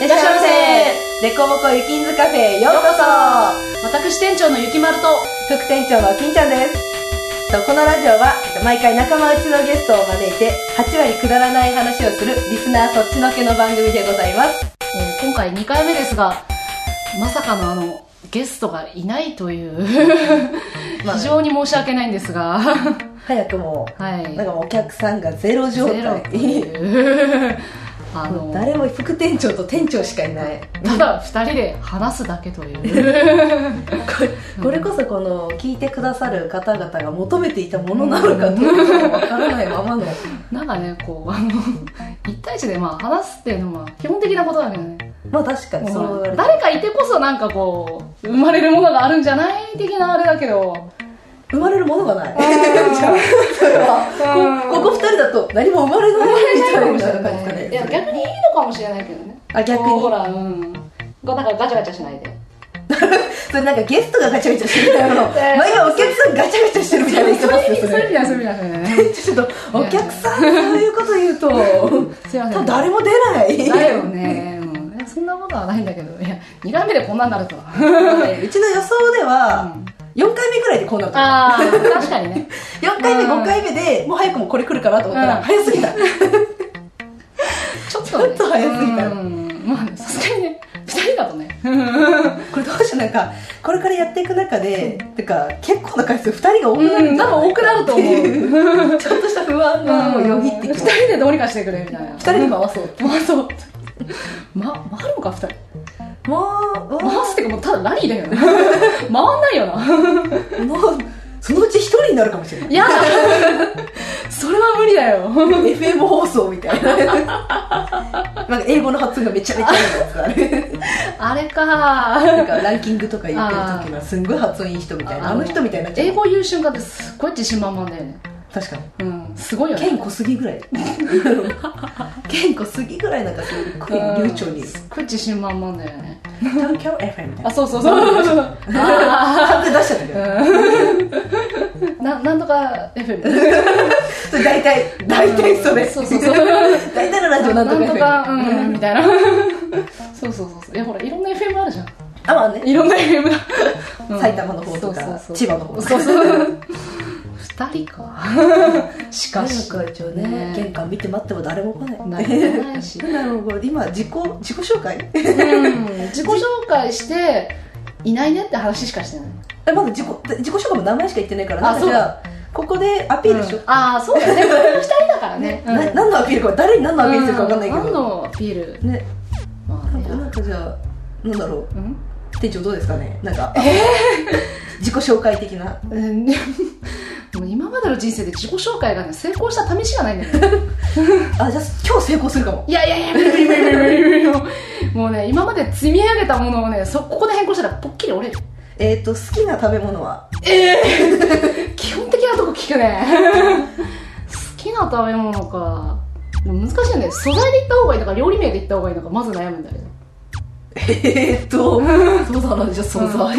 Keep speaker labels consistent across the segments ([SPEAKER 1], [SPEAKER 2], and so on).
[SPEAKER 1] いらっしゃいませ
[SPEAKER 2] デコボコゆきんずカフェへようこそ
[SPEAKER 1] 私店長のゆきまると
[SPEAKER 2] 副店長の金ちゃんですとこのラジオは毎回仲間内のゲストを招いて8割くだらない話をするリスナーそっちのけの番組でございます
[SPEAKER 1] えー今回2回目ですがまさかのあのゲストがいないという
[SPEAKER 2] まあ
[SPEAKER 1] 非常に申し訳ないんですが
[SPEAKER 2] 早くも
[SPEAKER 1] は
[SPEAKER 2] う
[SPEAKER 1] い
[SPEAKER 2] なんかもうお客さんがゼロ状
[SPEAKER 1] ゼロ
[SPEAKER 2] 態
[SPEAKER 1] というあ
[SPEAKER 2] もう
[SPEAKER 1] の
[SPEAKER 2] 誰も副店長と店長しかいない
[SPEAKER 1] ただ2人で話すだけという
[SPEAKER 2] これこそこの聞いてくださる方々が求めていたものなのかどうかもわからないままの
[SPEAKER 1] なんかねこうあの1対1でまあ話すっていうのは基本的なことだけどね
[SPEAKER 2] まあ確かにそう言われて
[SPEAKER 1] 誰かいてこそなんかこう生まれるものがあるんじゃない的なあれだけど
[SPEAKER 2] 生まれるものがない
[SPEAKER 1] ー
[SPEAKER 2] じゃあそれは
[SPEAKER 1] うん
[SPEAKER 2] こここ二人だと何も生まれないみたいな感じ
[SPEAKER 1] いや
[SPEAKER 2] だね
[SPEAKER 1] 逆にいいのかもしれないけどね
[SPEAKER 2] あ逆
[SPEAKER 1] こうほ
[SPEAKER 2] に
[SPEAKER 1] らうんこうなんかガチャガチャしないで
[SPEAKER 2] それなんかゲストがガチャガチャしてるみたいなの
[SPEAKER 1] ええ
[SPEAKER 2] 毎回お客さんガチャガチャしてるみたいな人ますねそれ
[SPEAKER 1] 味そういう意味ね
[SPEAKER 2] ちょっとお客さんそういうこと言うと
[SPEAKER 1] すいませ
[SPEAKER 2] 多分
[SPEAKER 1] ん
[SPEAKER 2] 誰も出ない
[SPEAKER 1] だよねうんいやそんなことはないんだけどいや2段目でこんなんなるとは
[SPEAKER 2] うちの予想では4回目くらいでこうなった
[SPEAKER 1] ああ確かにね
[SPEAKER 2] 4回目
[SPEAKER 1] うん
[SPEAKER 2] 5回目でもう早くもこれ来るかなと思った
[SPEAKER 1] うん
[SPEAKER 2] ら早すぎた
[SPEAKER 1] ちょっとね
[SPEAKER 2] ちょっと早すぎた
[SPEAKER 1] うんまあねさすがにね2人だとね
[SPEAKER 2] これどうしようなんかこれからやっていく中でてか結構な回数2人が多くなる
[SPEAKER 1] うんん
[SPEAKER 2] じゃ
[SPEAKER 1] 多
[SPEAKER 2] ない
[SPEAKER 1] 分多くなると思う
[SPEAKER 2] っていうちょっとした不安がもうよぎって
[SPEAKER 1] 2
[SPEAKER 2] き
[SPEAKER 1] 人
[SPEAKER 2] て
[SPEAKER 1] でどうにかしてくれみたいな
[SPEAKER 2] 2人で回そう
[SPEAKER 1] 回そうま回るのか2人
[SPEAKER 2] もう
[SPEAKER 1] 回すってかもうただラリーだよね回んないよな
[SPEAKER 2] もうそのうち1人になるかもしれない
[SPEAKER 1] いやそれは無理だよ
[SPEAKER 2] FM 放送みたいななんか英語の発音がめちゃめちゃいいやつある
[SPEAKER 1] あれか
[SPEAKER 2] なんかランキングとか言ってる時のすんごい発音いい人みたいなあの人みたいになっちゃう
[SPEAKER 1] 英語言う瞬間ってすっごい自信満々だよね
[SPEAKER 2] 確かに
[SPEAKER 1] うんすごいよね
[SPEAKER 2] 健小杉ぐら い健小杉ぐらいなんかすごい流暢に
[SPEAKER 1] うんすっごい自信満々だよね
[SPEAKER 2] 東京 FM みたい
[SPEAKER 1] あ
[SPEAKER 2] な
[SPEAKER 1] そうそうそうあ
[SPEAKER 2] 勝手に出しちゃったけど
[SPEAKER 1] ーななんとか FM
[SPEAKER 2] それ大体大体それ
[SPEAKER 1] そうそうそう
[SPEAKER 2] 大体の ラジオ
[SPEAKER 1] な
[SPEAKER 2] なん
[SPEAKER 1] ん
[SPEAKER 2] とか FM
[SPEAKER 1] とかうんみたいなそうそうそうそういやほらいろんな FM あるじゃん
[SPEAKER 2] あまあね
[SPEAKER 1] いろんな FM だ、
[SPEAKER 2] 埼玉の方とか
[SPEAKER 1] そうそうそう
[SPEAKER 2] 千葉の方とか
[SPEAKER 1] そうそう2人か しかし
[SPEAKER 2] 会長
[SPEAKER 1] ね
[SPEAKER 2] ね玄関見て待っても誰も来ない
[SPEAKER 1] 何もないし、
[SPEAKER 2] なんだろうこれ今自己自己紹介
[SPEAKER 1] うん、自己紹介していないねって話しかしてない
[SPEAKER 2] えまだ自己自己紹介も名前しか言ってないから
[SPEAKER 1] あ
[SPEAKER 2] なんか
[SPEAKER 1] そう
[SPEAKER 2] じゃあここでアピールしよう、
[SPEAKER 1] ああそうだね2人だからね
[SPEAKER 2] な何のアピールか誰に何のアピールするか分かんないけ
[SPEAKER 1] 何
[SPEAKER 2] ど、
[SPEAKER 1] のアピール
[SPEAKER 2] ね
[SPEAKER 1] まあね
[SPEAKER 2] なんかじゃあなんだろう
[SPEAKER 1] うん
[SPEAKER 2] 店長どうですかねなんか、自己紹介的な
[SPEAKER 1] うんでも今までの人生で自己紹介がね成功した試しがないんだよね
[SPEAKER 2] あじゃあ今日成功するかも
[SPEAKER 1] いやいやいや無理無理無理無理無理もうね今まで積み上げたものをねそここで変更したらポッキリ折れる
[SPEAKER 2] えっ、と好きな食べ物は
[SPEAKER 1] 基本的なとこ聞くね好きな食べ物かでも難しいよね素材で言った方がいいのか料理名で言った方がいいのかまず悩むんだけど
[SPEAKER 2] えっ、とそうだなじゃあ惣菜、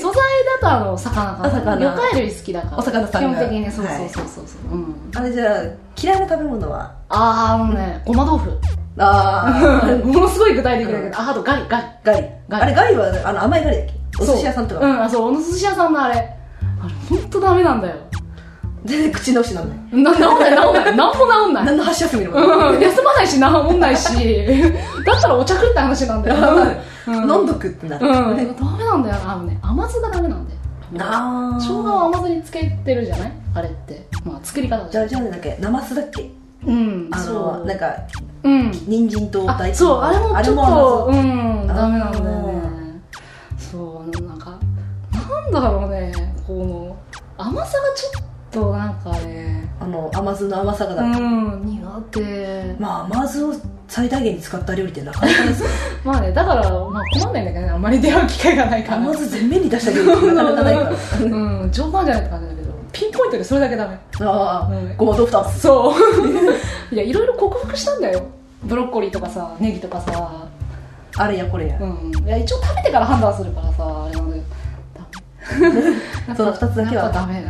[SPEAKER 1] 素材だとあの魚かな
[SPEAKER 2] 魚
[SPEAKER 1] 魚介類好きだから
[SPEAKER 2] お魚さん
[SPEAKER 1] 基
[SPEAKER 2] が
[SPEAKER 1] 本的にねそうそうそうそうそう、うん、
[SPEAKER 2] あれじゃあ嫌いな食べ物は
[SPEAKER 1] あーあのねごま豆腐
[SPEAKER 2] あ あ
[SPEAKER 1] ものすごい具体的だけどああとガリガリ
[SPEAKER 2] ガリ
[SPEAKER 1] ガリ
[SPEAKER 2] あれガリはあの甘いガリだっけお寿司屋さんとか、
[SPEAKER 1] うんあそうお寿司屋さんのあれあれ本当ダメなんだよ
[SPEAKER 2] 全然口直しなんない
[SPEAKER 1] な治んない治んない何も治んない
[SPEAKER 2] 何の箸休みのも、
[SPEAKER 1] うん、休まないし治んないし だったらお茶食って話なん だよ、う
[SPEAKER 2] 飲んどくってなる、
[SPEAKER 1] うん、ダメなんだよあのね甘酢がダメなんだよ
[SPEAKER 2] ああ
[SPEAKER 1] 生姜を甘酢につけてるじゃないあれってまあ作り方だ
[SPEAKER 2] じゃ
[SPEAKER 1] し
[SPEAKER 2] あじゃあなんだっけナマスだっけ
[SPEAKER 1] うん
[SPEAKER 2] あ
[SPEAKER 1] そ
[SPEAKER 2] の
[SPEAKER 1] う
[SPEAKER 2] なんか
[SPEAKER 1] うん
[SPEAKER 2] 人参と大
[SPEAKER 1] あ
[SPEAKER 2] 根
[SPEAKER 1] そうあれもちょっと
[SPEAKER 2] あれも
[SPEAKER 1] うん
[SPEAKER 2] あ
[SPEAKER 1] ダメなんだよねそうなんかなんだろうねこの甘さがちょっとなんかね
[SPEAKER 2] あの甘酢の甘さがだ、
[SPEAKER 1] うん苦 手
[SPEAKER 2] まあ甘酢を最大限に使った料理ってなかなかですよ
[SPEAKER 1] まあねだからまあ困んないんだけどねあんまり出会う機会がないから
[SPEAKER 2] 甘酢全面に出した料理ってなかなかないから
[SPEAKER 1] うん常磐じゃないって感じだけどピンポイントでそれだけダメ
[SPEAKER 2] ああ、
[SPEAKER 1] うん
[SPEAKER 2] ごま豆腐だ
[SPEAKER 1] そう いやいろいろ克服したんだよブロッコリーとかさネギとかさ
[SPEAKER 2] あれやこれや、
[SPEAKER 1] うんいや一応食べてから判断するからさあれなんだけどダメ
[SPEAKER 2] その二つだけは
[SPEAKER 1] やっぱダメ、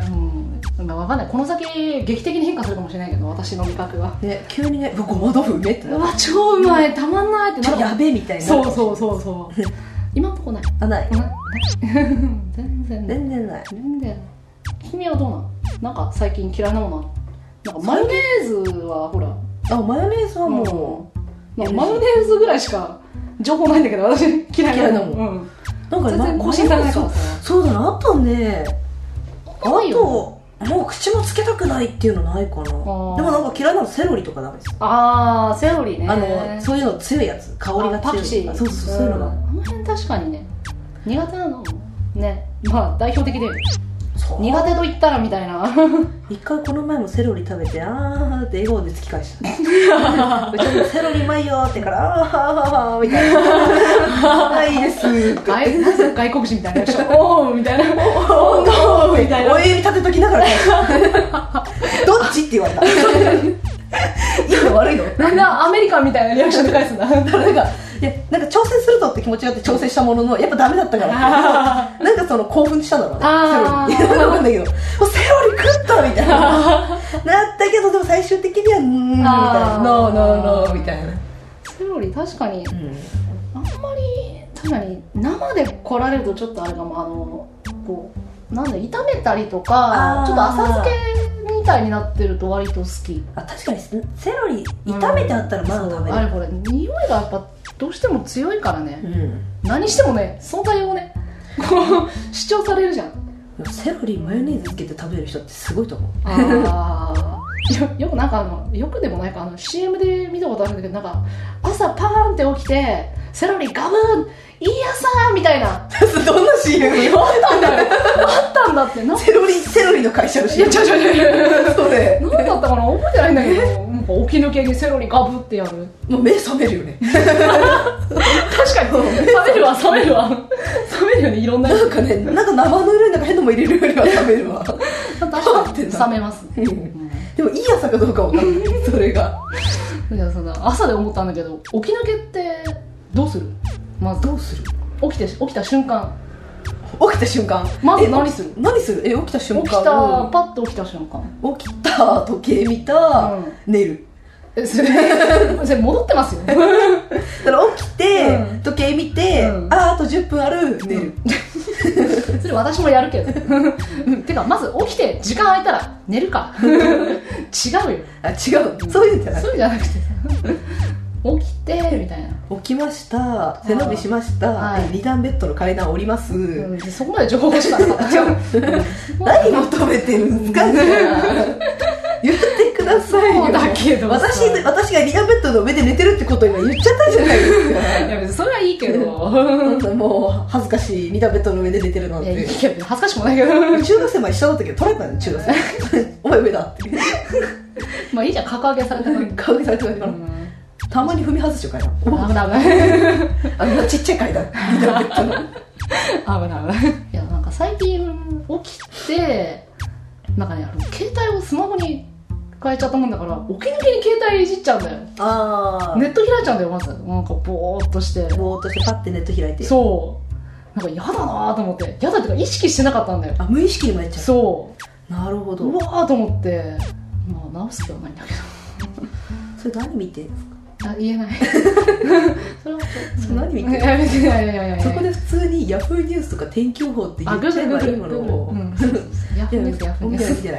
[SPEAKER 1] うん、まあ、わかんないこの先劇的に変化するかもしれないけど私の味覚が
[SPEAKER 2] ね急にねうわごま豆腐うめえって
[SPEAKER 1] う
[SPEAKER 2] なる
[SPEAKER 1] わ超うまいたまんないって
[SPEAKER 2] ち
[SPEAKER 1] な
[SPEAKER 2] ょ
[SPEAKER 1] る
[SPEAKER 2] やべえみたいな
[SPEAKER 1] そうそうそうそう今っぽくない
[SPEAKER 2] あない
[SPEAKER 1] ない
[SPEAKER 2] 全
[SPEAKER 1] 全然ない
[SPEAKER 2] 然ない
[SPEAKER 1] 全然君はどうなのなんか最近嫌いなものあるなんかマヨネーズはほら
[SPEAKER 2] あマヨネーズはも
[SPEAKER 1] まあマヨネーズぐらいしか情報ないんだけど私嫌い
[SPEAKER 2] 嫌い
[SPEAKER 1] な
[SPEAKER 2] な
[SPEAKER 1] の
[SPEAKER 2] も
[SPEAKER 1] うん
[SPEAKER 2] う、なんか
[SPEAKER 1] 全
[SPEAKER 2] ま
[SPEAKER 1] 然更新されないか
[SPEAKER 2] そ
[SPEAKER 1] ら
[SPEAKER 2] う
[SPEAKER 1] さ
[SPEAKER 2] そうだなあとねあと
[SPEAKER 1] 多いよ
[SPEAKER 2] もう口もつけたくないっていうのないかなでもなんか嫌いなのセロリとかダメです
[SPEAKER 1] ああセロリね
[SPEAKER 2] あのそういうの強いやつ香りが強い
[SPEAKER 1] あパクチー
[SPEAKER 2] そうそうそういうの
[SPEAKER 1] ん
[SPEAKER 2] が
[SPEAKER 1] あの辺確かにね苦手なのねまあ代表的で
[SPEAKER 2] そう
[SPEAKER 1] 苦手と言ったらみたいな
[SPEAKER 2] 一回この前もセロリ食べてあーって笑顔で突き返した うちのセロリうまいよーってからあーみたいな はいいいです
[SPEAKER 1] 外なぜ外国人みたいな人 おおみたいなおおみたいな
[SPEAKER 2] 親指立てときながら返した どっちって言われたいいの悪いの
[SPEAKER 1] なんでアメリカンみたいなリアクションで返 すんだ
[SPEAKER 2] なんかいやなんか挑戦するとって気持ちがあって挑戦したもののやっぱダメだったからなんかその興奮したんだろう
[SPEAKER 1] あー
[SPEAKER 2] ねセロリわかん ないけどもうセロリ食ったみたいななったけどでも最終的にはうーんみたい
[SPEAKER 1] あ
[SPEAKER 2] な
[SPEAKER 1] ー
[SPEAKER 2] ノーノーノーみたいな、
[SPEAKER 1] セロリ確かにあんまり確かに生で来られるとちょっとあれかもあのこうなんだ炒めたりと
[SPEAKER 2] あ
[SPEAKER 1] か
[SPEAKER 2] ー
[SPEAKER 1] ちょっと浅漬けみたいになってると割と好き
[SPEAKER 2] あ確かにセロリ炒めてあったらまだ食べれ
[SPEAKER 1] あ
[SPEAKER 2] る
[SPEAKER 1] れこれ匂いがやっぱどうしても強いからね、
[SPEAKER 2] うん
[SPEAKER 1] 何してもね存在をねこう 主張されるじゃん
[SPEAKER 2] セロリマヨネーズつけて食べる人ってすごいと思う
[SPEAKER 1] ああ よよくなんかあのよくでもないかあの CM で見たことあるんだけどなんか朝パーンって起きてセロリガブンいい朝みたいな
[SPEAKER 2] どんな CM
[SPEAKER 1] あったんだよあったんだってな
[SPEAKER 2] セロリセロリの会社の
[SPEAKER 1] いや、
[SPEAKER 2] CM
[SPEAKER 1] ちょちょちょち
[SPEAKER 2] それ
[SPEAKER 1] ょ。何だったかな覚えてないんだけど。なんか起き抜けにセロリガブってやる。
[SPEAKER 2] もう目覚めるよね
[SPEAKER 1] 確 かに。冷めるわ、冷めるわ。 冷めるよね、いろんなや
[SPEAKER 2] な
[SPEAKER 1] つ。
[SPEAKER 2] んかねなんか生の色になんか変なもん入れるよりは食べるわ
[SPEAKER 1] 確
[SPEAKER 2] か
[SPEAKER 1] か
[SPEAKER 2] に
[SPEAKER 1] に。冷めますね。
[SPEAKER 2] でもいい朝かどうかわかんないそれが
[SPEAKER 1] いやその朝で思ったんだけど、起き抜けってどうするまず。
[SPEAKER 2] どうする
[SPEAKER 1] 起きて、起きた瞬間。
[SPEAKER 2] 起きた瞬間
[SPEAKER 1] まず
[SPEAKER 2] え
[SPEAKER 1] 何する
[SPEAKER 2] 何するえ起きた
[SPEAKER 1] 起
[SPEAKER 2] 瞬間
[SPEAKER 1] きた、パッと起きた瞬間。
[SPEAKER 2] うん起きた時計見た、
[SPEAKER 1] うん
[SPEAKER 2] 寝る
[SPEAKER 1] え、それ、 それ戻ってますよ。
[SPEAKER 2] だから起きて、
[SPEAKER 1] うん
[SPEAKER 2] 時計見て、
[SPEAKER 1] うん
[SPEAKER 2] あーあと10分ある寝る、
[SPEAKER 1] それ私もやるけど。うんてか、まず起きて、時間空いたら寝る か。違うよ。
[SPEAKER 2] あ違う、そういうんじゃない
[SPEAKER 1] そうじゃなくて起きてみたいな、
[SPEAKER 2] 起きました背伸びしました、
[SPEAKER 1] はい
[SPEAKER 2] え二段ベッドの階段降ります、
[SPEAKER 1] うん、そこまで情報しかなか った
[SPEAKER 2] 何求めてるんですかじゃあ言ってくださいよ
[SPEAKER 1] そうだけどさ
[SPEAKER 2] 私私がリアベッドの上で寝てるってこと今言っちゃったじゃない
[SPEAKER 1] いや別にそれはいいけど
[SPEAKER 2] ですかもう恥ずかしいリアベッドの上で寝てるなん
[SPEAKER 1] いやい
[SPEAKER 2] て
[SPEAKER 1] いけど恥ずかしくもないけど
[SPEAKER 2] 中学生前一緒だったけど取られたの中学 生お前上だって
[SPEAKER 1] まあいいじゃん格上げされたから、
[SPEAKER 2] 顔上げされてたか
[SPEAKER 1] う
[SPEAKER 2] ら
[SPEAKER 1] ん、
[SPEAKER 2] たまに踏み外しようかな
[SPEAKER 1] 危ない危ない
[SPEAKER 2] あんなちっちゃい階段リアベッドの
[SPEAKER 1] 危ないいやなんか最近起きてなんかねあの携帯をスマホに変えちゃったもんだから起き抜けに携帯いじっちゃうんだよ
[SPEAKER 2] ああ
[SPEAKER 1] ネット開いちゃうんだよまずなんかボーっとして
[SPEAKER 2] ぼーっとしてパッてネット開いて
[SPEAKER 1] そうなんか嫌だなと思って嫌だっていうか意識してなかったんだよ
[SPEAKER 2] あ無意識にもやっちゃ
[SPEAKER 1] そう
[SPEAKER 2] うなるほ
[SPEAKER 1] う
[SPEAKER 2] ど
[SPEAKER 1] わーと思ってまあ直す気はないんだけ
[SPEAKER 2] それ何見てんですか
[SPEAKER 1] どあ 言えないそれは
[SPEAKER 2] それ何見てんの
[SPEAKER 1] いやいやいやいやいや
[SPEAKER 2] そこで普通にヤフーニュースとか天気予報って言
[SPEAKER 1] あ
[SPEAKER 2] っ
[SPEAKER 1] グー
[SPEAKER 2] ちゃえば
[SPEAKER 1] グ
[SPEAKER 2] いい
[SPEAKER 1] ルグ
[SPEAKER 2] も
[SPEAKER 1] ー
[SPEAKER 2] の
[SPEAKER 1] グ
[SPEAKER 2] を
[SPEAKER 1] ルヤフーニュースヤフーニュース
[SPEAKER 2] 見てな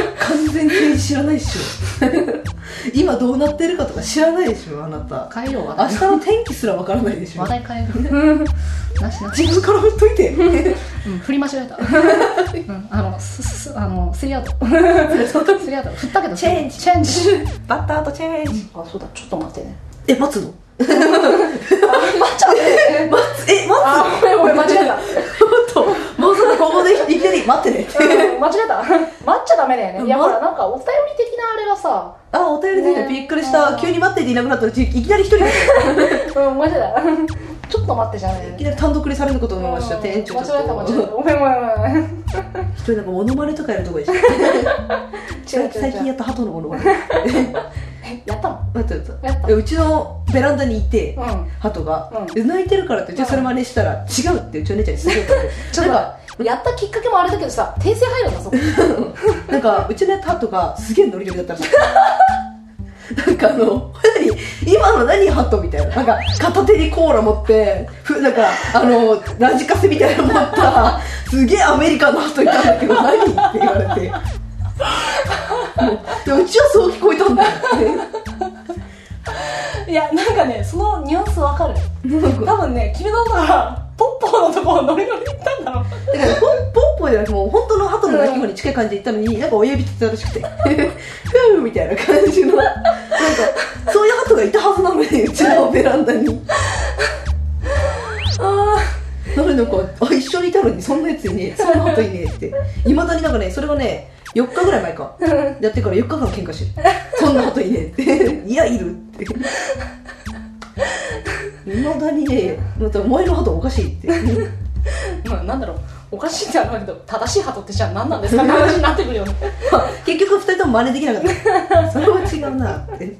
[SPEAKER 2] い 完全に知らないっしょ今どうなってるかとか知らないでしょあなた
[SPEAKER 1] 変えよう話
[SPEAKER 2] 明
[SPEAKER 1] 題
[SPEAKER 2] 日の天気すらわからないでしょ
[SPEAKER 1] 話題変えようなしなし、
[SPEAKER 2] 自分から振っといて
[SPEAKER 1] うん、振り間違えた、うん、あのすすあのスリーアウトスリーアウト振ったけど
[SPEAKER 2] チェンジ
[SPEAKER 1] チェンジ
[SPEAKER 2] バッターとチェンジ
[SPEAKER 1] あそうだちょっと待ってね
[SPEAKER 2] え待つの
[SPEAKER 1] 待っちゃって
[SPEAKER 2] 待つえ待
[SPEAKER 1] あごめんごめん間違え
[SPEAKER 2] つ
[SPEAKER 1] た
[SPEAKER 2] ちょっともうちょっとここでいきなり待ってね
[SPEAKER 1] うん間違えた待っちゃダメだよ
[SPEAKER 2] うん
[SPEAKER 1] ねいや
[SPEAKER 2] ま
[SPEAKER 1] ほらなんかお便り的なあれがさ
[SPEAKER 2] あお便りでびっくりした
[SPEAKER 1] ね
[SPEAKER 2] 急に待ってていなくなったうちいきなり一人で
[SPEAKER 1] うん間違えたちょっと待ってじゃない
[SPEAKER 2] いきなり単独にされるのこと思いました店長ち
[SPEAKER 1] 間違えた
[SPEAKER 2] ょ
[SPEAKER 1] 間
[SPEAKER 2] っ
[SPEAKER 1] 違えた
[SPEAKER 2] と
[SPEAKER 1] ごめんごめんごめん
[SPEAKER 2] 一人なんかモノマネとかやるとこ でした
[SPEAKER 1] 違う違う違う
[SPEAKER 2] 最近やった鳩のモノマネ
[SPEAKER 1] やったの
[SPEAKER 2] 待って待って
[SPEAKER 1] やった
[SPEAKER 2] えうちのベランダにいて、
[SPEAKER 1] うん
[SPEAKER 2] 鳩が、
[SPEAKER 1] うん
[SPEAKER 2] で泣いてるからってじゃあそれ真似したら、違うってうちの姉ちゃんにすげえ怒ら れて
[SPEAKER 1] ちょっ
[SPEAKER 2] なんか
[SPEAKER 1] とやったきっかけもあれだけどさ訂正入るんだそこ
[SPEAKER 2] なんかうちのハトがすげえノリノリだったら しいなんかあの何今の何ハトみたいななんか片手にコーラ持ってふなんかあのラジカセみたいなの持ったすげえアメリカのハトいたんだけど何って言われてもうでうちはそう聞こえたんだよ ね
[SPEAKER 1] いやなんかねそのニュアンスわかる
[SPEAKER 2] なんか
[SPEAKER 1] 多分ね君のだからポッポのところノリノリ行ったんだろう
[SPEAKER 2] だからポンポンポンじゃなくてもう本当のハトの鳴き声に近い感じで言ったのに、なんか親指立てたらしくて ふーみたいな感じのなんかそういうハトがいたはずなのにうちのベランダに。
[SPEAKER 1] あ
[SPEAKER 2] なのになんかあ一緒にいたのにそんなやついねえそんなこといねえっていまだになんかねそれがね4日ぐらい前か
[SPEAKER 1] あ
[SPEAKER 2] やってから4日間喧嘩してるそんなこといねえって いやいるっていまだにねまたお前のことおかしいって
[SPEAKER 1] まあなんだろうおかしいってあるけど正しい鳩ってじゃあ何なんですかって話になってくるよね
[SPEAKER 2] 結局2人とも真似できなか ったそれは違うなって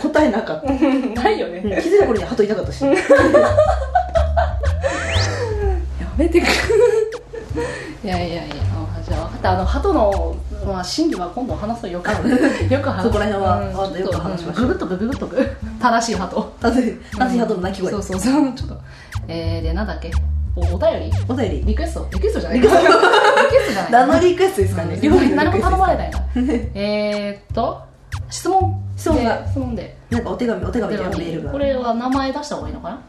[SPEAKER 2] 答えなかった
[SPEAKER 1] ないよ
[SPEAKER 2] 気
[SPEAKER 1] ね
[SPEAKER 2] づいた頃には鳩いなかったし
[SPEAKER 1] やめてくいやいやいやあじゃあ分かったあの鳩の、まあ、真理は今度話そうよ くよく話
[SPEAKER 2] そこら辺は
[SPEAKER 1] うん
[SPEAKER 2] またよく話しましょう
[SPEAKER 1] ググっとくググっとく 正しい鳩
[SPEAKER 2] なぜなぜ鳩の鳴き声
[SPEAKER 1] そうそうそうちょっとえー、でなんだっけおお便り
[SPEAKER 2] お便り
[SPEAKER 1] リクエストリクエストじゃないリクエストじゃない
[SPEAKER 2] 何のリクエストですかね
[SPEAKER 1] 料理何
[SPEAKER 2] リクエストです
[SPEAKER 1] も頼
[SPEAKER 2] か
[SPEAKER 1] まれないなえーっと質問
[SPEAKER 2] 質問が
[SPEAKER 1] で質問で
[SPEAKER 2] なんかお手紙お手紙じゃんメールが
[SPEAKER 1] これは名前出した方がいいのかな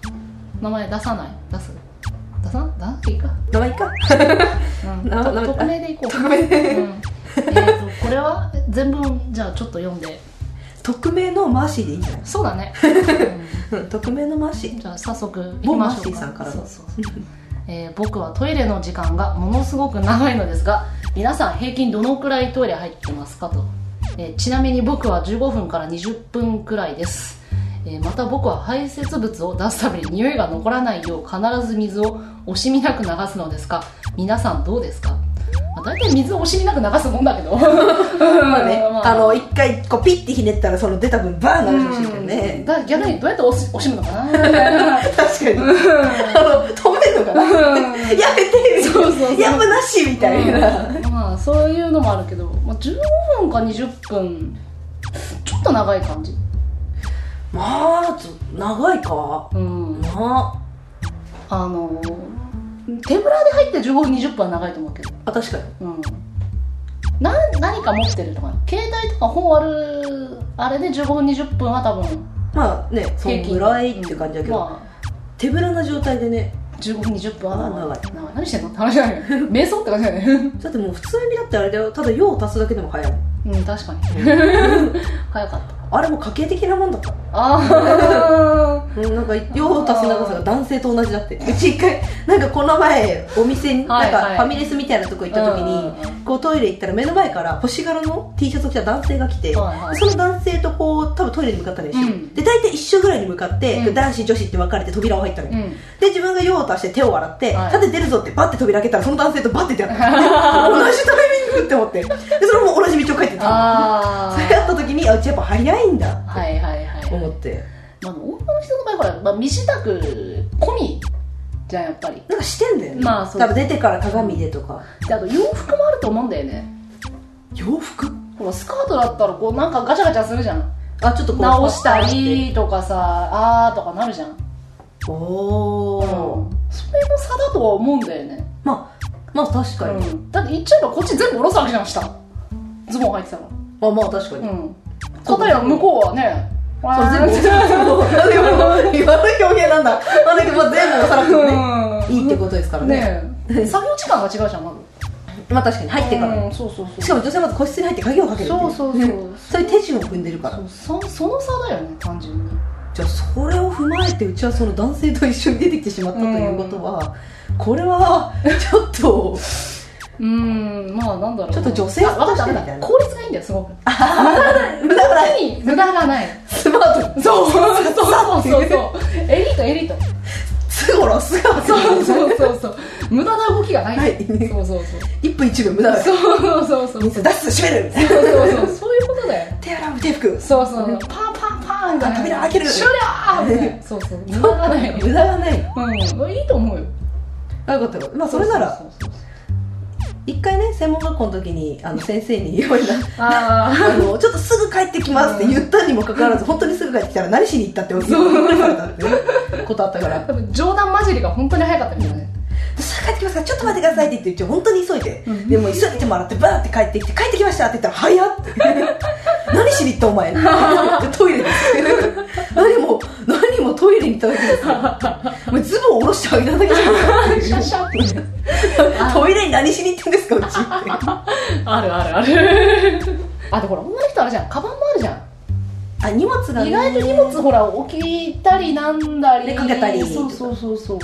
[SPEAKER 1] 名前出さない出す出さ出さなくていいか、
[SPEAKER 2] 名前か
[SPEAKER 1] うん、
[SPEAKER 2] 名前名前
[SPEAKER 1] と匿名でいこう匿
[SPEAKER 2] 名で
[SPEAKER 1] うん、えーっとこれは全文じゃあちょっと読んで
[SPEAKER 2] 匿名のマーシーでいいんじゃない
[SPEAKER 1] そう だね、
[SPEAKER 2] うん匿名のマーシ
[SPEAKER 1] う
[SPEAKER 2] ー
[SPEAKER 1] んじゃあ早速いき
[SPEAKER 2] ボンマ
[SPEAKER 1] ま
[SPEAKER 2] ー
[SPEAKER 1] し
[SPEAKER 2] シ
[SPEAKER 1] ょ
[SPEAKER 2] ー
[SPEAKER 1] うか
[SPEAKER 2] さんから
[SPEAKER 1] そう
[SPEAKER 2] の
[SPEAKER 1] そうそうえー僕はトイレの時間がものすごく長いのですが皆さん平均どのくらいトイレ入ってますかと、えーちなみに僕は15分から20分くらいです、えーまた僕は排泄物を出すために匂いが残らないよう必ず水を惜しみなく流すのですが皆さんどうですか、まあ、大体水を惜しみなく流すもんだけど ま
[SPEAKER 2] まあねあの一回こうピッてひねったらその出た分バーン流してほしいですけどね
[SPEAKER 1] だ逆にどうやって惜し惜しむのか な
[SPEAKER 2] 確かにあの止めるのかなやめて
[SPEAKER 1] そうそうそう
[SPEAKER 2] やっぱなしみたいな
[SPEAKER 1] うんまあそういうのもあるけど、まあ、15分か20分ちょっと長い感じ
[SPEAKER 2] まあちょっと長いか
[SPEAKER 1] うん
[SPEAKER 2] な
[SPEAKER 1] あのー手ぶらで入って15分20分は長いと思うけど
[SPEAKER 2] あ確かに
[SPEAKER 1] うんな何か持ってるとか携帯とか本あるあれで15分20分は多分
[SPEAKER 2] まあねそ
[SPEAKER 1] 平
[SPEAKER 2] の
[SPEAKER 1] 均
[SPEAKER 2] ぐらいって感じだけ
[SPEAKER 1] うん
[SPEAKER 2] ど
[SPEAKER 1] ま
[SPEAKER 2] 手ぶらな状態でね
[SPEAKER 1] あ、15分20分は
[SPEAKER 2] あ
[SPEAKER 1] 長
[SPEAKER 2] 長
[SPEAKER 1] い長い何してんのって話じ ゃないよね瞑想って感じだよね
[SPEAKER 2] だってもう普通にだってあれだよただ用を足すだけでも早い
[SPEAKER 1] うん確かに早かった
[SPEAKER 2] あれも家計的なもんだった
[SPEAKER 1] あ あ
[SPEAKER 2] うんなんか用を足す長さが男性と同じだってうち一回なんかこの前お店に
[SPEAKER 1] は
[SPEAKER 2] ないんか
[SPEAKER 1] はい
[SPEAKER 2] ファミレスみたいなとこ行った時
[SPEAKER 1] うんうん
[SPEAKER 2] にこうトイレ行ったら目の前から星柄の T シャツを着た男性が来て
[SPEAKER 1] はいはい
[SPEAKER 2] その男性とこう多分トイレに向かったんですよ
[SPEAKER 1] うん
[SPEAKER 2] で大体一緒ぐらいに向かって
[SPEAKER 1] うん
[SPEAKER 2] 男子女子って分かれて扉を入ったの
[SPEAKER 1] う
[SPEAKER 2] よ
[SPEAKER 1] ん
[SPEAKER 2] で自分が用を足して手を洗って
[SPEAKER 1] はい
[SPEAKER 2] さて出るぞってバッて扉開けたらその男性とバッて出会った同 じタイミングって思ってでそれも同じ道を帰ってった
[SPEAKER 1] あ
[SPEAKER 2] それ
[SPEAKER 1] あ
[SPEAKER 2] やった時にあうちやっぱ早いんだっ
[SPEAKER 1] はいはいはい
[SPEAKER 2] て思って
[SPEAKER 1] まあ、女の人の場合ほら、まあ、身支度込みじゃんやっぱり
[SPEAKER 2] なんかしてんだよね
[SPEAKER 1] まあそう
[SPEAKER 2] 多分出てから鏡でとか
[SPEAKER 1] であと洋服もあると思うんだよね
[SPEAKER 2] 洋服
[SPEAKER 1] ほらスカートだったらこうなんかガチャガチャするじゃん
[SPEAKER 2] あちょっとこう
[SPEAKER 1] 直したりとかさあーとかなるじゃん、うん、
[SPEAKER 2] おお、
[SPEAKER 1] それも差だとは思うんだよね、
[SPEAKER 2] まあまあ確かに、
[SPEAKER 1] うん、だって言っちゃえばこっち全部下ろすわけじゃん下ズボン履いてたら
[SPEAKER 2] まあまあ確かに、
[SPEAKER 1] うん片や向こうはね
[SPEAKER 2] それ全部
[SPEAKER 1] わーって
[SPEAKER 2] あでも悪い表現なんだあだけどまあ全部おさらくね、
[SPEAKER 1] うん
[SPEAKER 2] いいってことですからね
[SPEAKER 1] ねえ作業時間が違うじゃんまず
[SPEAKER 2] まあ確かに入ってから、
[SPEAKER 1] うんそうそうそう
[SPEAKER 2] しかも女性はまず個室に入って鍵をかけるってい
[SPEAKER 1] そうそうそう
[SPEAKER 2] ねそういう手順を踏んでるから
[SPEAKER 1] そうそその差だよね単純に
[SPEAKER 2] じゃあそれを踏まえてうちはその男性と一緒に出てきてしまったということは、これはちょっと
[SPEAKER 1] うーんまあなんだろう
[SPEAKER 2] ちょっと女性
[SPEAKER 1] あわかっ
[SPEAKER 2] と
[SPEAKER 1] た
[SPEAKER 2] して
[SPEAKER 1] 分
[SPEAKER 2] み
[SPEAKER 1] かった
[SPEAKER 2] い
[SPEAKER 1] た
[SPEAKER 2] な
[SPEAKER 1] 効率がいいんだよすごく
[SPEAKER 2] 無駄がない
[SPEAKER 1] に無駄がない
[SPEAKER 2] スマートに
[SPEAKER 1] そうそうそうそうそうエリートエリート
[SPEAKER 2] すごろすが
[SPEAKER 1] そうそうそうそう無駄な動きがない、
[SPEAKER 2] はい
[SPEAKER 1] そうそうそう
[SPEAKER 2] 1分1秒無駄だよ
[SPEAKER 1] そうそうそうそうそう
[SPEAKER 2] 水出す閉める
[SPEAKER 1] そうそうそういうことだよ
[SPEAKER 2] 手洗う手拭く
[SPEAKER 1] そうそうパンパンパン
[SPEAKER 2] なんか扉開ける
[SPEAKER 1] 終了みたいなそうそう無駄がない
[SPEAKER 2] 無駄がない
[SPEAKER 1] うんいいと思うよ
[SPEAKER 2] あよかったよかったまあそれなら
[SPEAKER 1] そうそうそう
[SPEAKER 2] 一回ね専門学校の時にあの先生に「よいな
[SPEAKER 1] あ
[SPEAKER 2] あのちょっとすぐ帰ってきます」って言ったにもかかわらず本当にすぐ帰ってきたら何しに行ったって言われたっていうことあったか
[SPEAKER 1] あ
[SPEAKER 2] ら
[SPEAKER 1] 多分冗談交じりが本当に早かったみたいね
[SPEAKER 2] 「すぐ帰ってきますからちょっと待ってください」って言って本当に急いで、
[SPEAKER 1] うん
[SPEAKER 2] でもう急いで手も洗ってバーって帰ってきて「帰ってきました」って言ったら「早っ」って「何しに行ったお 前」トイレです何も何もトイレに行っただけですよもうズボン下ろしてあげただけじゃない
[SPEAKER 1] シャッシャッって
[SPEAKER 2] トイレに何しに行ったんですかうちって
[SPEAKER 1] あるあるある あとほら女の人あるじゃんカバンもあるじゃん
[SPEAKER 2] あ荷物がね
[SPEAKER 1] 意外と荷物ほら置きたりなんだり
[SPEAKER 2] でかけたり
[SPEAKER 1] そうそうそうそうっ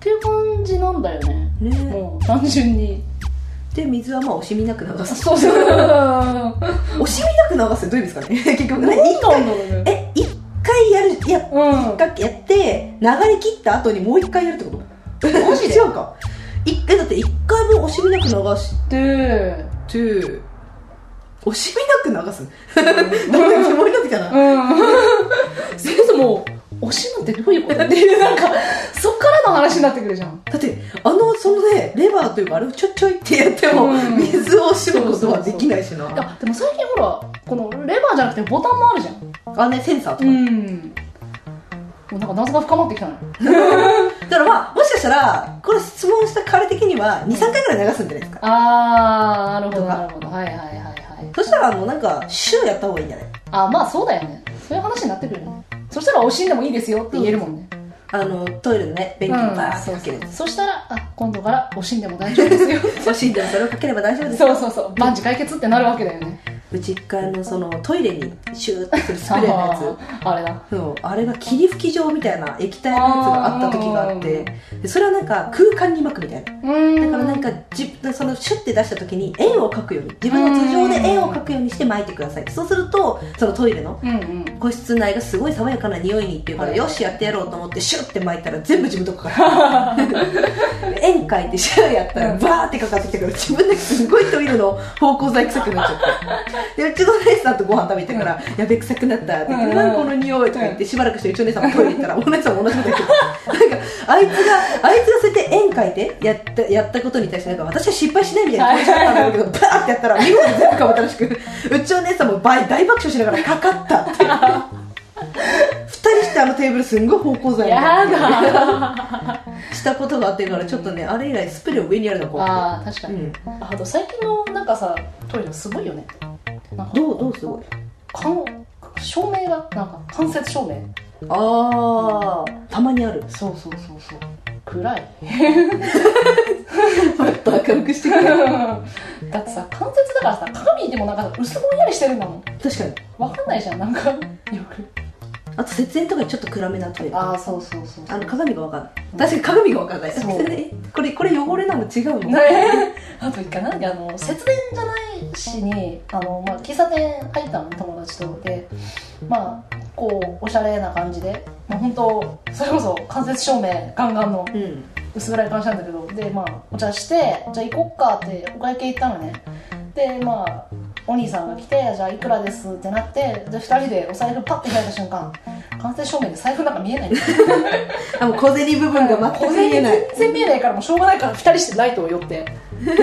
[SPEAKER 1] ていう感じなんだよね
[SPEAKER 2] ね
[SPEAKER 1] もう単純に
[SPEAKER 2] で水はまあ惜しみなく流す
[SPEAKER 1] そうそう
[SPEAKER 2] 惜しみなく流すってどういう意味ですかね 結局ね
[SPEAKER 1] 何なんだろうね
[SPEAKER 2] え一回やるや
[SPEAKER 1] うん
[SPEAKER 2] かやって流れ切った後にもう一回やるってこと
[SPEAKER 1] マジで
[SPEAKER 2] 違うか一回だって一回分惜しみなく流し
[SPEAKER 1] で
[SPEAKER 2] て惜しみなく流す なんか肝になってきたな
[SPEAKER 1] うんそもそもおしむってどういうことっていうなんかそっからの話になってくるじゃん
[SPEAKER 2] だってあのそのねレバーというかあれをちょいちょいってやっても、
[SPEAKER 1] うん
[SPEAKER 2] 水を惜しむことはできないしない
[SPEAKER 1] やでも最近ほらこのレバーじゃなくてボタンもあるじゃん
[SPEAKER 2] あねセンサーとか、
[SPEAKER 1] んもうなんか謎が深まってきたのよ
[SPEAKER 2] だからまあもしかしたらこれ質問した彼的には23回ぐらい流すんじゃないですか
[SPEAKER 1] ああなるほどなるほどはいはいはいはい
[SPEAKER 2] そしたらあのなんか週やった方がいいんじゃない
[SPEAKER 1] あまあそうだよねそういう話になってくるよねそしたら惜しんでもいいですよって言えるもんね
[SPEAKER 2] あのトイレのね便器にバー
[SPEAKER 1] う
[SPEAKER 2] ッて
[SPEAKER 1] んそう
[SPEAKER 2] かけ
[SPEAKER 1] そ
[SPEAKER 2] る
[SPEAKER 1] うそしたらあ今度から惜しんでも大丈夫ですよ
[SPEAKER 2] 欲しいんでもそれをかければ大丈夫です
[SPEAKER 1] そうそうそう万事解決ってなるわけだよね
[SPEAKER 2] うち一回あのそのトイレにシューってするスプレーのや
[SPEAKER 1] あーあれだ
[SPEAKER 2] つそうあれが霧吹き状みたいな液体のやつがあった時があってでそれはなんか空間にまくみたいな
[SPEAKER 1] うーん
[SPEAKER 2] だからなんかじそのシュッて出した時に円を描くように自分の頭上で円を描くようにして巻いてくださいそうするとそのトイレの
[SPEAKER 1] うんうん
[SPEAKER 2] 個室内がすごい爽やかな匂いにっていうから、
[SPEAKER 1] はい
[SPEAKER 2] よしやってやろうと思ってシュッて巻いたら全部自分のとこから 円描いてシュッやったらバーってかかってきたから自分だけすごいトイレの方向剤臭くなっちゃ ってでうちのお姉さんとご飯食べてたから、やべ臭くなったって言って、
[SPEAKER 1] うん
[SPEAKER 2] なんかこの匂いとか言ってしばらくしてうちのお姉さんもトイレ行った らお姉さんも同じことやってたなんかあいつがあいつがそうやって円描いてやったやったことに対してなんか私は失敗しないみたいな気持ちだったんだろうけどバーってやったら見事に全部かぶったらしくうちのお姉さんも大大爆笑しながらかかったって言って。二人してあのテーブルすんごい方向剤にな
[SPEAKER 1] や
[SPEAKER 2] って
[SPEAKER 1] だ
[SPEAKER 2] したことがあってからちょっとねあれ以来スプレーを上にやるの怖
[SPEAKER 1] あー確か
[SPEAKER 2] くて、う
[SPEAKER 1] に、
[SPEAKER 2] ん、
[SPEAKER 1] あと最近のなんかさトイレすごいよねなんか
[SPEAKER 2] どうどうすごい
[SPEAKER 1] かん照明がなんか間接照明
[SPEAKER 2] あーたまにある
[SPEAKER 1] そうそうそうそう暗い
[SPEAKER 2] もっと明るくしてくれ
[SPEAKER 1] だってさ関節だからさ鏡でもなんかさ薄ぼんやりしてるんだもん
[SPEAKER 2] 確かに
[SPEAKER 1] わかんないじゃんなんかよく
[SPEAKER 2] あと節電とかちょっと暗めなトイレあ
[SPEAKER 1] ああそうそうそうそう
[SPEAKER 2] の鏡がわかんない確かに鏡がわかんない
[SPEAKER 1] そう
[SPEAKER 2] これこれ汚れなの違うの、
[SPEAKER 1] ね あと一回なんであの節電じゃないしにあの、まあ、喫茶店入ったの友達とでまあこうおしゃれな感じで、まあ、本当それこそ間接照明ガンガンの
[SPEAKER 2] うん
[SPEAKER 1] 薄暗い感じなんだけどでまあお茶してじゃあ行こっかってお会計行ったのねでまあお兄さんが来てじゃあいくらですってなってで2人でお財布パッて開いた瞬間間接照明で財布なんか 見えないんですよ
[SPEAKER 2] あもう小銭部分が全く見えない
[SPEAKER 1] 全然見えないからもうしょうがないから2人してライトを寄って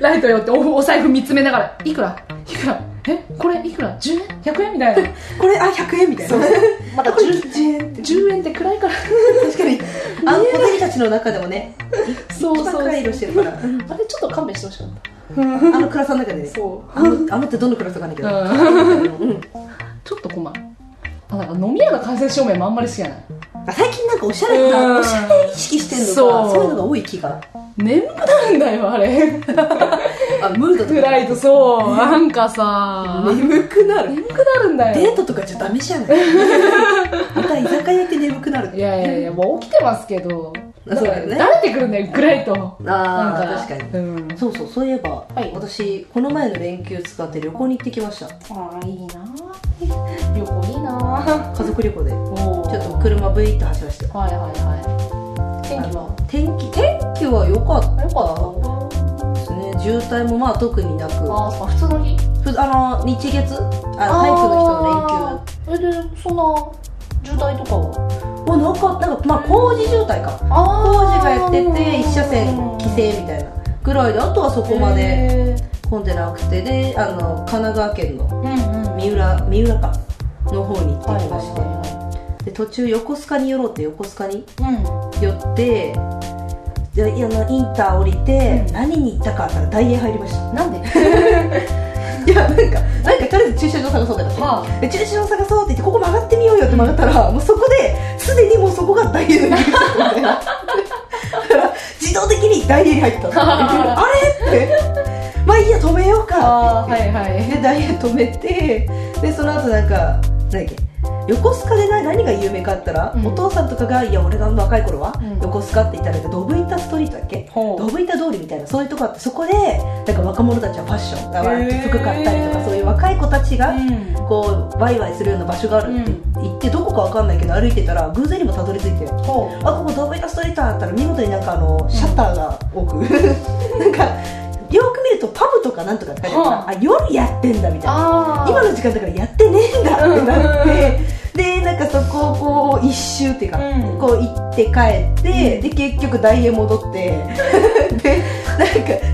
[SPEAKER 1] ライトを寄っておお財布見つめながらいくらいくらえこれいくら10円100円みたいな
[SPEAKER 2] これあ100円みたいな
[SPEAKER 1] まだ
[SPEAKER 2] これ
[SPEAKER 1] 10,
[SPEAKER 2] 10円って
[SPEAKER 1] 10円って暗いから
[SPEAKER 2] 確かにあの小銭たちの中でもね
[SPEAKER 1] そうそう
[SPEAKER 2] 一番暗い色してるから
[SPEAKER 1] あれちょっと勘弁してほしかった
[SPEAKER 2] あの暗さの中でね
[SPEAKER 1] そう
[SPEAKER 2] あのあのってどの暗さかわかんないけど、うん
[SPEAKER 1] ちょっと困るあなんか飲み屋の間接照明もあんまり好きじゃない
[SPEAKER 2] あ最近なんかおしゃれ
[SPEAKER 1] うん
[SPEAKER 2] なおしゃれ意識してるの
[SPEAKER 1] そ
[SPEAKER 2] が
[SPEAKER 1] う
[SPEAKER 2] そういうのが多い気が
[SPEAKER 1] 眠くなるんだよあれ
[SPEAKER 2] あムードと
[SPEAKER 1] 暗いとそうなんかさ
[SPEAKER 2] か眠くなる
[SPEAKER 1] 眠くなるんだ
[SPEAKER 2] デ
[SPEAKER 1] よ
[SPEAKER 2] ートとかじゃダメ じゃないまた居酒屋行って眠くなる
[SPEAKER 1] いやいやいやもう起きてますけど
[SPEAKER 2] そうだよね
[SPEAKER 1] なんか慣れてくるんだよ暗いと
[SPEAKER 2] あ
[SPEAKER 1] なん
[SPEAKER 2] あ確かに
[SPEAKER 1] うん
[SPEAKER 2] そうそうそういえば、
[SPEAKER 1] はい
[SPEAKER 2] 私この前の連休使って旅行に行ってきました
[SPEAKER 1] ああいいな ぁ旅行いいな
[SPEAKER 2] 家族旅行でち
[SPEAKER 1] ぁお
[SPEAKER 2] ょ
[SPEAKER 1] お
[SPEAKER 2] っと車ブイーッと走りました
[SPEAKER 1] はいはいはい天
[SPEAKER 2] あ
[SPEAKER 1] 気
[SPEAKER 2] の
[SPEAKER 1] は
[SPEAKER 2] 天気天気は良かっ
[SPEAKER 1] よかった
[SPEAKER 2] たですね渋滞もまあ特になく
[SPEAKER 1] ああ普通の日
[SPEAKER 2] ふあの日月あ
[SPEAKER 1] あー
[SPEAKER 2] 体育の人の連休
[SPEAKER 1] えでそんな渋滞とかは
[SPEAKER 2] もうなんかなんか、まあ、工事渋滞か
[SPEAKER 1] あ
[SPEAKER 2] 工事がやってて一車線規制みたいなぐらいであとはそこまで
[SPEAKER 1] で
[SPEAKER 2] 混んでなくてであの神奈川県の
[SPEAKER 1] うんうん
[SPEAKER 2] 三浦三浦かの方に行ってきまして、
[SPEAKER 1] は
[SPEAKER 2] で途中横須賀に寄ろうって横須賀に
[SPEAKER 1] いはい
[SPEAKER 2] 寄っていやいやインター降りて、
[SPEAKER 1] うん
[SPEAKER 2] 何に行ったかって言ったら大英入りました
[SPEAKER 1] うんなんで
[SPEAKER 2] いやなんかなんかとりあえず駐車場探そうだから、
[SPEAKER 1] は
[SPEAKER 2] で駐車場探そうって言ってここ曲がってみようよって曲がったら、もうそこですでにもうそこが大英の入り口だったみたいなだから自動的に大英に入った あれってまあいいや止めようか
[SPEAKER 1] あ
[SPEAKER 2] っ
[SPEAKER 1] ー
[SPEAKER 2] て言って
[SPEAKER 1] はいはい
[SPEAKER 2] でダイエット止めてでその後なんか何だっけ横須賀でな何が有名かあったら、
[SPEAKER 1] うん
[SPEAKER 2] お父さんとかが「いや俺が若い頃は、
[SPEAKER 1] うん
[SPEAKER 2] 横須賀」って言ったらなんかドブ板ストリートだっけ
[SPEAKER 1] ほ
[SPEAKER 2] ドブ板通りみたいなそういうとこあってそこでなんか若者たちはファッションだから
[SPEAKER 1] へー
[SPEAKER 2] 服買ったりとかそういう若い子たちがこうワイワイするような場所があるって言って、どこかわかんないけど歩いてたら偶然にもたどり着いて
[SPEAKER 1] ほ
[SPEAKER 2] あここドブ板ストリートだったら見事になんかあのシャッターが多く、 なんかよく見るとパブとかなんとかって書いてあるから、
[SPEAKER 1] はあ
[SPEAKER 2] あ夜やってんだみたいな
[SPEAKER 1] ああ
[SPEAKER 2] 今の時間だからやってねえんだってなって、でなんかそこをこう一周っていうか、
[SPEAKER 1] うん
[SPEAKER 2] こう行って帰って、で結局大英戻って でなんか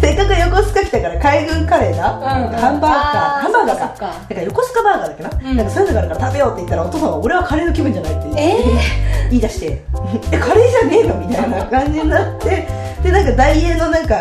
[SPEAKER 2] せっかく横須賀来たから海軍カレーだ、
[SPEAKER 1] うん
[SPEAKER 2] ハンバーガー
[SPEAKER 1] あー
[SPEAKER 2] ハンバーガーか
[SPEAKER 1] そっかそっか
[SPEAKER 2] なんか横須賀バーガーだっけな,、
[SPEAKER 1] うん
[SPEAKER 2] なんかそういうのがあるから食べようって言ったらお父さんは俺はカレーの気分じゃないって言って、
[SPEAKER 1] え
[SPEAKER 2] 言い出してえカレーじゃねえのみたいな感じになってでなんか大英のなんか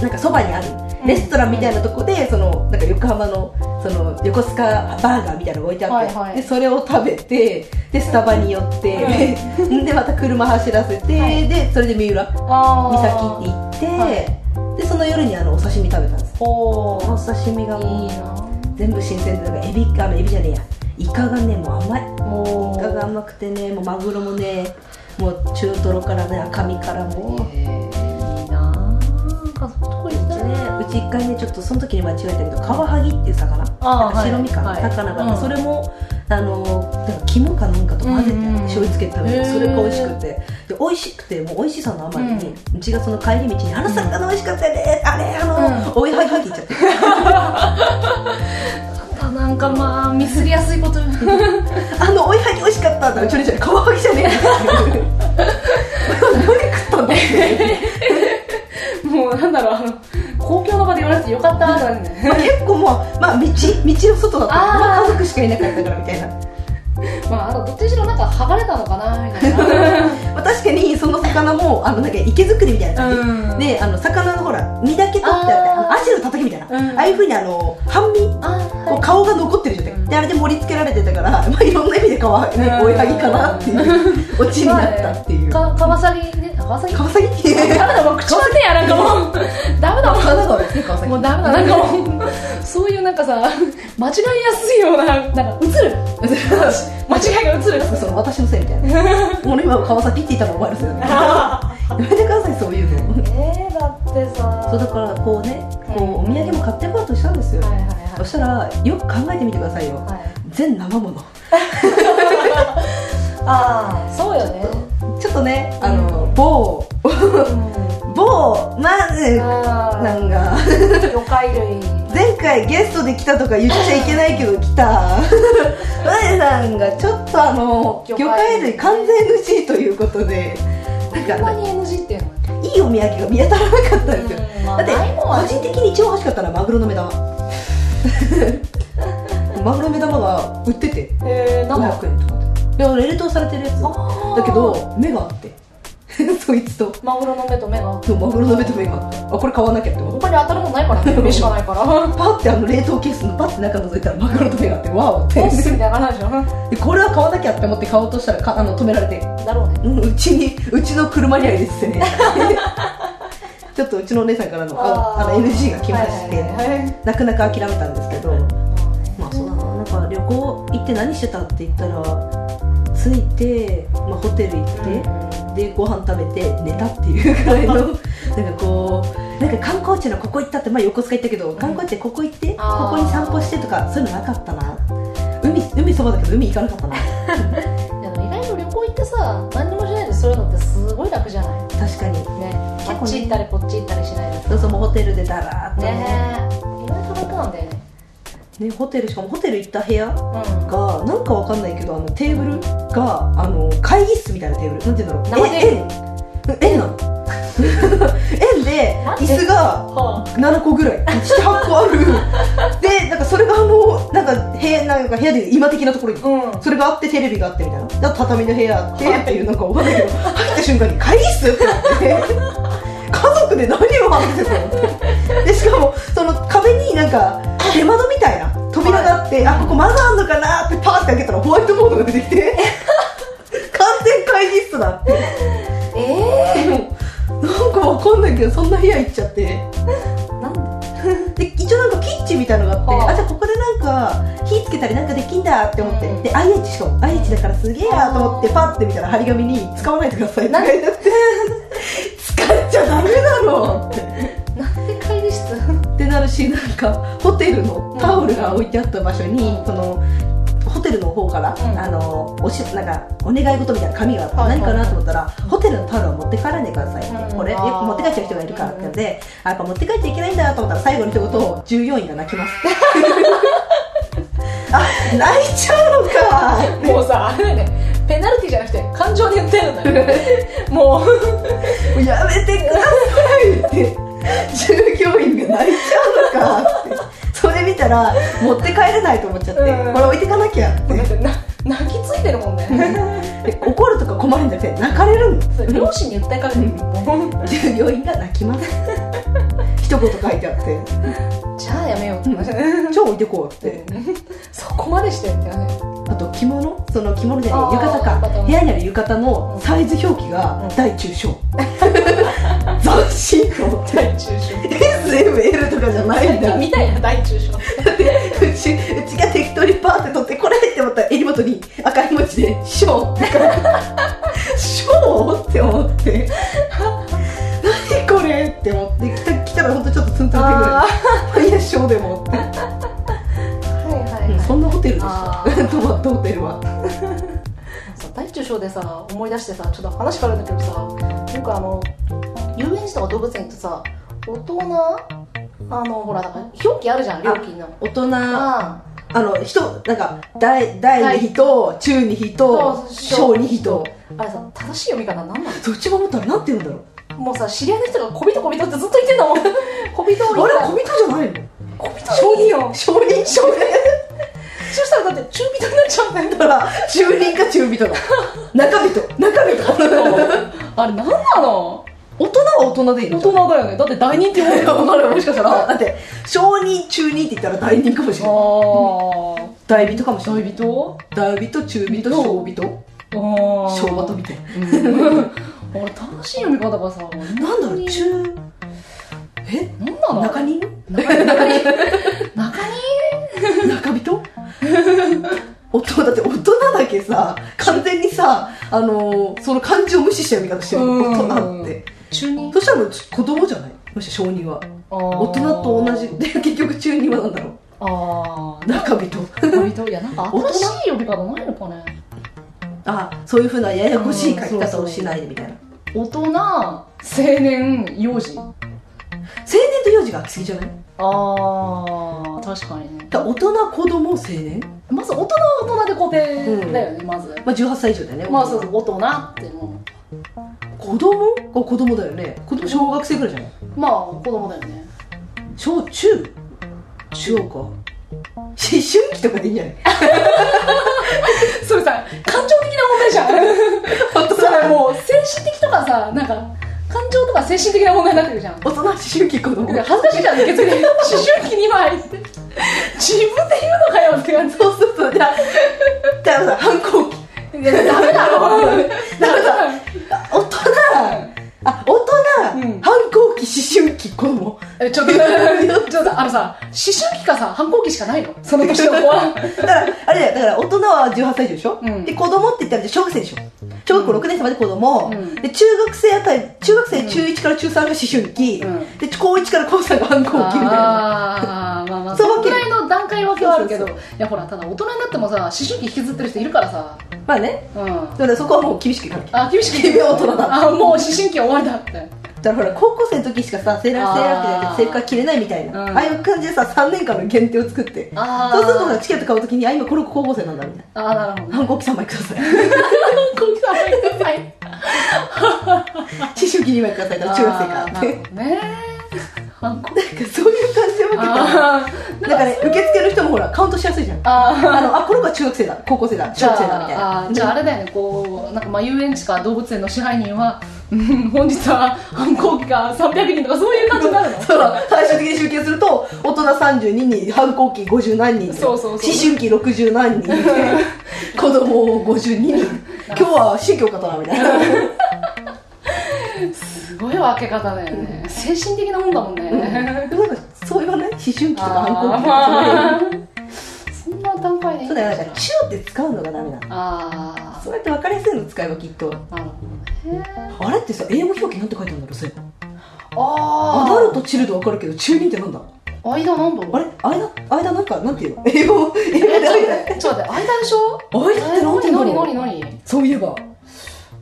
[SPEAKER 2] なんかそばにあるレストランみたいなとこでそのなんか横浜のその横須賀バーガーみたいなのが置いてあって、
[SPEAKER 1] はいはい
[SPEAKER 2] でそれを食べてでスタバに寄って、 でまた車走らせて、
[SPEAKER 1] はい
[SPEAKER 2] でそれで三浦
[SPEAKER 1] あ
[SPEAKER 2] 岬
[SPEAKER 1] ー
[SPEAKER 2] に行って、でその夜にあのお刺身食べたんです
[SPEAKER 1] ほ
[SPEAKER 2] お刺身が
[SPEAKER 1] うい
[SPEAKER 2] も
[SPEAKER 1] いうな
[SPEAKER 2] 全部新鮮でなんかエビあのエビじゃねえやイカがねもう甘い
[SPEAKER 1] もう
[SPEAKER 2] イカが甘くてねもうマグロもねもう中トロからね赤身からもう
[SPEAKER 1] えーいいななんかそういうとこ行きたいね
[SPEAKER 2] うち一回ねちょっとその時に間違えたけどカワハギっていう魚
[SPEAKER 1] あーはい
[SPEAKER 2] 白身か、
[SPEAKER 1] はい
[SPEAKER 2] 魚が、
[SPEAKER 1] うん
[SPEAKER 2] それもあのなんか肝かなんかと混ぜて、
[SPEAKER 1] うんうんうん
[SPEAKER 2] 醤油つけて食べ
[SPEAKER 1] へ
[SPEAKER 2] て
[SPEAKER 1] ー
[SPEAKER 2] それが美味しくてで美味しくてもう美味しさのあまりに、うちがその帰り道に「あの魚美味しかったよねあれあの、おいはぎはぎ」言っちゃって
[SPEAKER 1] あなんかまあミスりやすいこと
[SPEAKER 2] 「あのおいはぎ美味しかった」ってうちのじゃカワハギじゃねえ」 何食ったん だって
[SPEAKER 1] もうなんだろうあの公共の場で言わなくてよかったーって感じね
[SPEAKER 2] まあ結構もう、まあ、道道の外だった
[SPEAKER 1] あー
[SPEAKER 2] まあ、家族しかいなかったからみたいな。
[SPEAKER 1] まああとどっちにしろなんか剥がれたのかなみたいな
[SPEAKER 2] まあ、確かにその魚もあのなんか池作りみたいな感じ、
[SPEAKER 1] うん
[SPEAKER 2] であの魚のほら身だけ取ってあって
[SPEAKER 1] あー
[SPEAKER 2] あのアジのたたきみたいな、
[SPEAKER 1] うん
[SPEAKER 2] ああいうふうにあの半身
[SPEAKER 1] あ
[SPEAKER 2] こう顔が残ってる状態、
[SPEAKER 1] うん
[SPEAKER 2] であれで盛り付けられてたから、 まあ、いろんな意味でかわ、ね、
[SPEAKER 1] うん
[SPEAKER 2] おいはぎかなって いうオチになったっていう。か
[SPEAKER 1] かカワサギねカワサギ
[SPEAKER 2] わさぎって いう
[SPEAKER 1] ダメだもう口までやなんかもう ダメだも
[SPEAKER 2] 神奈川ですね川
[SPEAKER 1] う
[SPEAKER 2] 崎
[SPEAKER 1] もうダメだなんかもうそういうなんかさ間違いやすいようななんか映 る間違いが映る
[SPEAKER 2] その私のせいみたいな 俺今川崎って言ったらお前の せいだねやめてくださいそういうの
[SPEAKER 1] えー、だってさ
[SPEAKER 2] そうだからこうねこうお土産も買ってこようとしたんですよ、
[SPEAKER 1] はいはい
[SPEAKER 2] そしたらよく考えてみてくださいよ、
[SPEAKER 1] はい、はい、
[SPEAKER 2] 全生もの
[SPEAKER 1] ああそうよね
[SPEAKER 2] ちょっとね、あの、某、某、まず、な
[SPEAKER 1] あ
[SPEAKER 2] んが、
[SPEAKER 1] あ魚介類
[SPEAKER 2] 前回ゲストで来たとか言っちゃいけないけど来 た、まずさんが、ちょっとあの、魚
[SPEAKER 1] 魚介
[SPEAKER 2] 介類完全 NG ということで、なん
[SPEAKER 1] ほんま
[SPEAKER 2] か、
[SPEAKER 1] に NG っていうの
[SPEAKER 2] いいお土産が見当たらなかったんですよ。
[SPEAKER 1] うんまあ
[SPEAKER 2] だって
[SPEAKER 1] ないもん、
[SPEAKER 2] 個人的に一番欲しかったのはマグロの目 玉。マグロの目玉が売ってて、
[SPEAKER 1] えー、なん
[SPEAKER 2] 500円とかで。いや、冷凍されてるやつ。だ
[SPEAKER 1] だ
[SPEAKER 2] けど、目があって。 そいつと。
[SPEAKER 1] マグロの目と目が
[SPEAKER 2] そうマグロの目と目があって。あ、これ買わなきゃって思って
[SPEAKER 1] 他に当たるもんないからね目し かないから
[SPEAKER 2] パってあの冷凍ケースのパって中覗いたらマグロの目があってわおって
[SPEAKER 1] ボスみたいな話じゃん
[SPEAKER 2] でこれは買わなきゃって思って買おうとしたらかあの止められて
[SPEAKER 1] だろうね
[SPEAKER 2] うんうちにうちの車にありですね ちょっとうちのお姉さんからのああ
[SPEAKER 1] ー
[SPEAKER 2] の NG が来まして、
[SPEAKER 1] はいはいはい
[SPEAKER 2] なかなか諦めたんですけどまあそうだ
[SPEAKER 1] の
[SPEAKER 2] ななんか旅行行って何してたって言ったら着いて、まあ、ホテル行って、でご飯食べて寝たっていうぐら いのなんかこうなんか観光地のここ行ったって、まあ、横須賀行ったけど観光地でここ行って、こ
[SPEAKER 1] あ
[SPEAKER 2] こ
[SPEAKER 1] ー
[SPEAKER 2] に散歩してとかそういうのなかったな海海そばだけど海行かなかったな
[SPEAKER 1] いやでも意外と旅行行ってさ何にもしないでそういうのってすごい楽じゃない
[SPEAKER 2] 確かに
[SPEAKER 1] ね
[SPEAKER 2] 結構ね
[SPEAKER 1] あっち行ったりこっち行ったりしないで
[SPEAKER 2] そうそうもうホテルでだらーっとね
[SPEAKER 1] ねえ意外と楽なんだよね
[SPEAKER 2] ね、ホテルしかもホテル行った部屋
[SPEAKER 1] うん
[SPEAKER 2] がなんかわかんないけどあのテーブルがあの会議室みたいなテーブルなんて言うんだろう
[SPEAKER 1] 生テ
[SPEAKER 2] 円円円なの 円で
[SPEAKER 1] 待
[SPEAKER 2] 椅
[SPEAKER 1] っ
[SPEAKER 2] 子
[SPEAKER 1] て
[SPEAKER 2] が
[SPEAKER 1] は
[SPEAKER 2] 7個ぐらい78個あるでなんかそれがあのなんか部屋なんか部屋で今的なところに
[SPEAKER 1] あうん
[SPEAKER 2] それがあってテレビがあってみたいなで畳の部屋あってって いうなんかわかんないけど入った瞬間に会議室ってなって家族で何を話してたの ってでしかもその壁になんか出窓みたいな扉があって、あここまだあんのかなってパーって開けたらホワイトボードが出てきて 完全会議室だって
[SPEAKER 1] え
[SPEAKER 2] でも なんかわかんないけどそんな部屋行っちゃって
[SPEAKER 1] ー、なんだ
[SPEAKER 2] で一応なんかキッチンみたいのがあって、
[SPEAKER 1] はあ
[SPEAKER 2] あじゃあここでなんか火つけたりなんかできんだって思って、
[SPEAKER 1] うん
[SPEAKER 2] で IH しかも IH だからすげえやと思ってパッて見たら張り紙に「使わないでください」って書いてあって「 使っちゃダメだろ」っ
[SPEAKER 1] なんで会議室
[SPEAKER 2] てなるしなんかホテルのタオルが置いてあった場所に、
[SPEAKER 1] うん
[SPEAKER 2] そのホテルの方から、
[SPEAKER 1] うん
[SPEAKER 2] あのおしなんかお願い事みたいな紙があって、
[SPEAKER 1] はいはい
[SPEAKER 2] 何かなと思ったら、ホテルのタオルは持って帰らないでくださいって、
[SPEAKER 1] うん
[SPEAKER 2] これよく持って帰っちゃう人がいるからってので、あやっぱ持って帰っちゃいけないんだと思ったら最後の一言従業員が泣 きますあ泣いちゃうのか
[SPEAKER 1] もうさあれだよねペナルティじゃなくて感情で言ってるんだよねも
[SPEAKER 2] も
[SPEAKER 1] う
[SPEAKER 2] うやめてくださいって従業員が泣いちゃうのかってそれ見たら持って帰れないと思っちゃって、
[SPEAKER 1] うん
[SPEAKER 2] これ置いてかなきゃって
[SPEAKER 1] だってな泣きついてるもんね
[SPEAKER 2] で怒るとか困るんじゃなくて泣かれるんです
[SPEAKER 1] それ両親に訴えかけてるもん
[SPEAKER 2] 従業員が泣きます一言書いてあって
[SPEAKER 1] じゃあやめようって話だね
[SPEAKER 2] 「超置いてこう」って
[SPEAKER 1] そこまでしてってね
[SPEAKER 2] あと着物その着物じゃ
[SPEAKER 1] あ
[SPEAKER 2] ない
[SPEAKER 1] ー
[SPEAKER 2] 浴衣
[SPEAKER 1] 浴
[SPEAKER 2] か
[SPEAKER 1] 衣
[SPEAKER 2] 部屋にある浴衣のサイズ表記が
[SPEAKER 1] うん
[SPEAKER 2] 大中小 斬新と思って
[SPEAKER 1] 中小
[SPEAKER 2] SML とかじゃないんだ
[SPEAKER 1] みたいな大中小
[SPEAKER 2] うちうちが適当にパーって取ってこれって思ったら襟元に赤い文字で「小」って書いてある「 小」って思って何これって思って来た来たらほんとちょっとツンツンってぐら
[SPEAKER 1] あ
[SPEAKER 2] い「いや小」でもって
[SPEAKER 1] ーはいはい
[SPEAKER 2] うん
[SPEAKER 1] はい
[SPEAKER 2] そんなホテルでし
[SPEAKER 1] あ
[SPEAKER 2] た
[SPEAKER 1] ー
[SPEAKER 2] 泊まったホテルは
[SPEAKER 1] さ大中小でさ思い出してさちょっと話変わるんだけどさよくあの遊園地とか動物園行くとさ大人あのほらなんか表記あるじゃん料金の
[SPEAKER 2] 大人あ
[SPEAKER 1] あ
[SPEAKER 2] の人なんか大大に人中に人
[SPEAKER 1] そう
[SPEAKER 2] 小に人
[SPEAKER 1] あれさ正しい読み方なんなの
[SPEAKER 2] どっちも思ったらなんて言うんだろう
[SPEAKER 1] もうさ知り合いの人が小人小人ってずっと言ってんだ もん小人を
[SPEAKER 2] あれ
[SPEAKER 1] 言
[SPEAKER 2] 小人じゃないの
[SPEAKER 1] 小人でいいよ
[SPEAKER 2] 小人小人
[SPEAKER 1] そしたらだって中人になっちゃうんだよ
[SPEAKER 2] だ から中人か中人だ中人中人
[SPEAKER 1] あれなんなの
[SPEAKER 2] 大人は大人でいい
[SPEAKER 1] 大
[SPEAKER 2] の
[SPEAKER 1] 人だよねだって大人って言われるからもしかしたら
[SPEAKER 2] だって小人中人って言ったら大人かもしれない
[SPEAKER 1] ああ
[SPEAKER 2] 大人かもしれない
[SPEAKER 1] 恋人
[SPEAKER 2] 大人中人小人
[SPEAKER 1] ああ
[SPEAKER 2] 小人みたいな
[SPEAKER 1] 俺正しい読み方がさ
[SPEAKER 2] なんだろう中え
[SPEAKER 1] 何なの
[SPEAKER 2] 中人
[SPEAKER 1] 中中に中に
[SPEAKER 2] 中人大人だって大人だけさ完全にさあのーその漢字を無視した読み方してる
[SPEAKER 1] うん
[SPEAKER 2] 大人って
[SPEAKER 1] 中に
[SPEAKER 2] そしたらもう子供じゃないもし小人は大
[SPEAKER 1] 大
[SPEAKER 2] 人と同じで結局中人は何だろ
[SPEAKER 1] あ
[SPEAKER 2] う中人
[SPEAKER 1] あ恋人いやなんか新しい呼び方ないのかね
[SPEAKER 2] あそういうふうなややこしい書き方をしないでみたいな
[SPEAKER 1] 大人青年幼児
[SPEAKER 2] 青年と幼児が空きすぎじゃない
[SPEAKER 1] ああ確かにね
[SPEAKER 2] だから大人子供青年、
[SPEAKER 1] まず大人は大人で固定だよね、まず
[SPEAKER 2] まあ、18歳以上だよね
[SPEAKER 1] まあそうそう大人っていうの
[SPEAKER 2] 子供が子供だよね子供小学生ぐらいじゃない
[SPEAKER 1] まあ子供だよね
[SPEAKER 2] 小中中か思春期とかでいいんじゃない
[SPEAKER 1] それさ感情的な問題じゃん
[SPEAKER 2] 本当
[SPEAKER 1] それもう精神的とかさなんか感情とか精神的な問題になってるじゃん
[SPEAKER 2] 大人思春期子供
[SPEAKER 1] 恥ずかしいじゃん別に思春期2枚って自分で言うのかよって感じ
[SPEAKER 2] そうするとじゃあじゃあさ反抗 期
[SPEAKER 1] いやダメだ ろ
[SPEAKER 2] ダメだ
[SPEAKER 1] ろ
[SPEAKER 2] あ大人あ大人、
[SPEAKER 1] うん
[SPEAKER 2] 反抗期思春期子供
[SPEAKER 1] えちょっとちょっとあのさ思春期かさ反抗期しかないのその年の子は
[SPEAKER 2] だからあれだよだから大人は18歳以上でしょ、
[SPEAKER 1] うん
[SPEAKER 2] で子供って言ったら小学生でしょ小学校6年生まで子供、
[SPEAKER 1] うん
[SPEAKER 2] で中学生あたり中学生中1から中3が思春期、
[SPEAKER 1] うん
[SPEAKER 2] で高1から高3が反抗期みたいな
[SPEAKER 1] あーまあまあ
[SPEAKER 2] そう
[SPEAKER 1] そのくらいの段階分けはあるけどい
[SPEAKER 2] そう
[SPEAKER 1] やほらただ大人になってもさ思春期引きずってる人いるからさ
[SPEAKER 2] まあね
[SPEAKER 1] うん
[SPEAKER 2] だからそこはもう厳しくいかなきゃ
[SPEAKER 1] あ厳しく
[SPEAKER 2] 君は大人だ
[SPEAKER 1] あもう思春期終わりだって
[SPEAKER 2] だからほら高校生の時しかさセーラーセーラー服じゃな
[SPEAKER 1] あー
[SPEAKER 2] くて制服は着れないみたいな、
[SPEAKER 1] うん
[SPEAKER 2] ああいう感じでさ3年間の限定を作って
[SPEAKER 1] あー
[SPEAKER 2] そうするとほらチケット買う時にあ今この子高校生なんだみたい
[SPEAKER 1] ああ なる
[SPEAKER 2] な
[SPEAKER 1] ほど
[SPEAKER 2] 反抗期3枚ください
[SPEAKER 1] 国際国際
[SPEAKER 2] 思春期2枚くださいから中学生か
[SPEAKER 1] な
[SPEAKER 2] らっ
[SPEAKER 1] る
[SPEAKER 2] て
[SPEAKER 1] ほどね反抗
[SPEAKER 2] なんかそういう感じで受けただ
[SPEAKER 1] あ
[SPEAKER 2] からね受付の人もほらカウントしやすいじゃん
[SPEAKER 1] ーあ
[SPEAKER 2] あのあこの子は中学生だ高校生だ
[SPEAKER 1] じ
[SPEAKER 2] 小
[SPEAKER 1] ゃ
[SPEAKER 2] 学生だみたい
[SPEAKER 1] ああ
[SPEAKER 2] な
[SPEAKER 1] ーじゃああれだよねこうなんかまあ遊園地か動物園の支配人は うん本日は反抗期が300人とかそういう感じになる の
[SPEAKER 2] そう最終的に集計すると大人32人反抗期50何人
[SPEAKER 1] そうそうそう
[SPEAKER 2] 思春期60何人子供52人今 日は宗教かとなみたいな
[SPEAKER 1] すごい分け方だよね精神的なもんだもんね
[SPEAKER 2] でもなんかそう言わない思春期とか反
[SPEAKER 1] あ
[SPEAKER 2] 抗期とか
[SPEAKER 1] ーそんな段階でいい
[SPEAKER 2] そうだよなんか「中」って使うのがダメなの
[SPEAKER 1] あ
[SPEAKER 2] そうやって分かりやすいの使えばきっと
[SPEAKER 1] あなるほどね
[SPEAKER 2] あれってさ英語表記なんて書いてあるんだろうそれアダル
[SPEAKER 1] あ
[SPEAKER 2] トチルド分かるけど中二ってなんだ
[SPEAKER 1] あ間なんだ
[SPEAKER 2] あれ間間なんかなんていうの 英語英語で間
[SPEAKER 1] えちょっと待って間でしょ
[SPEAKER 2] 間ってなんてい
[SPEAKER 1] 何
[SPEAKER 2] う
[SPEAKER 1] 何何
[SPEAKER 2] の
[SPEAKER 1] 何
[SPEAKER 2] そういえば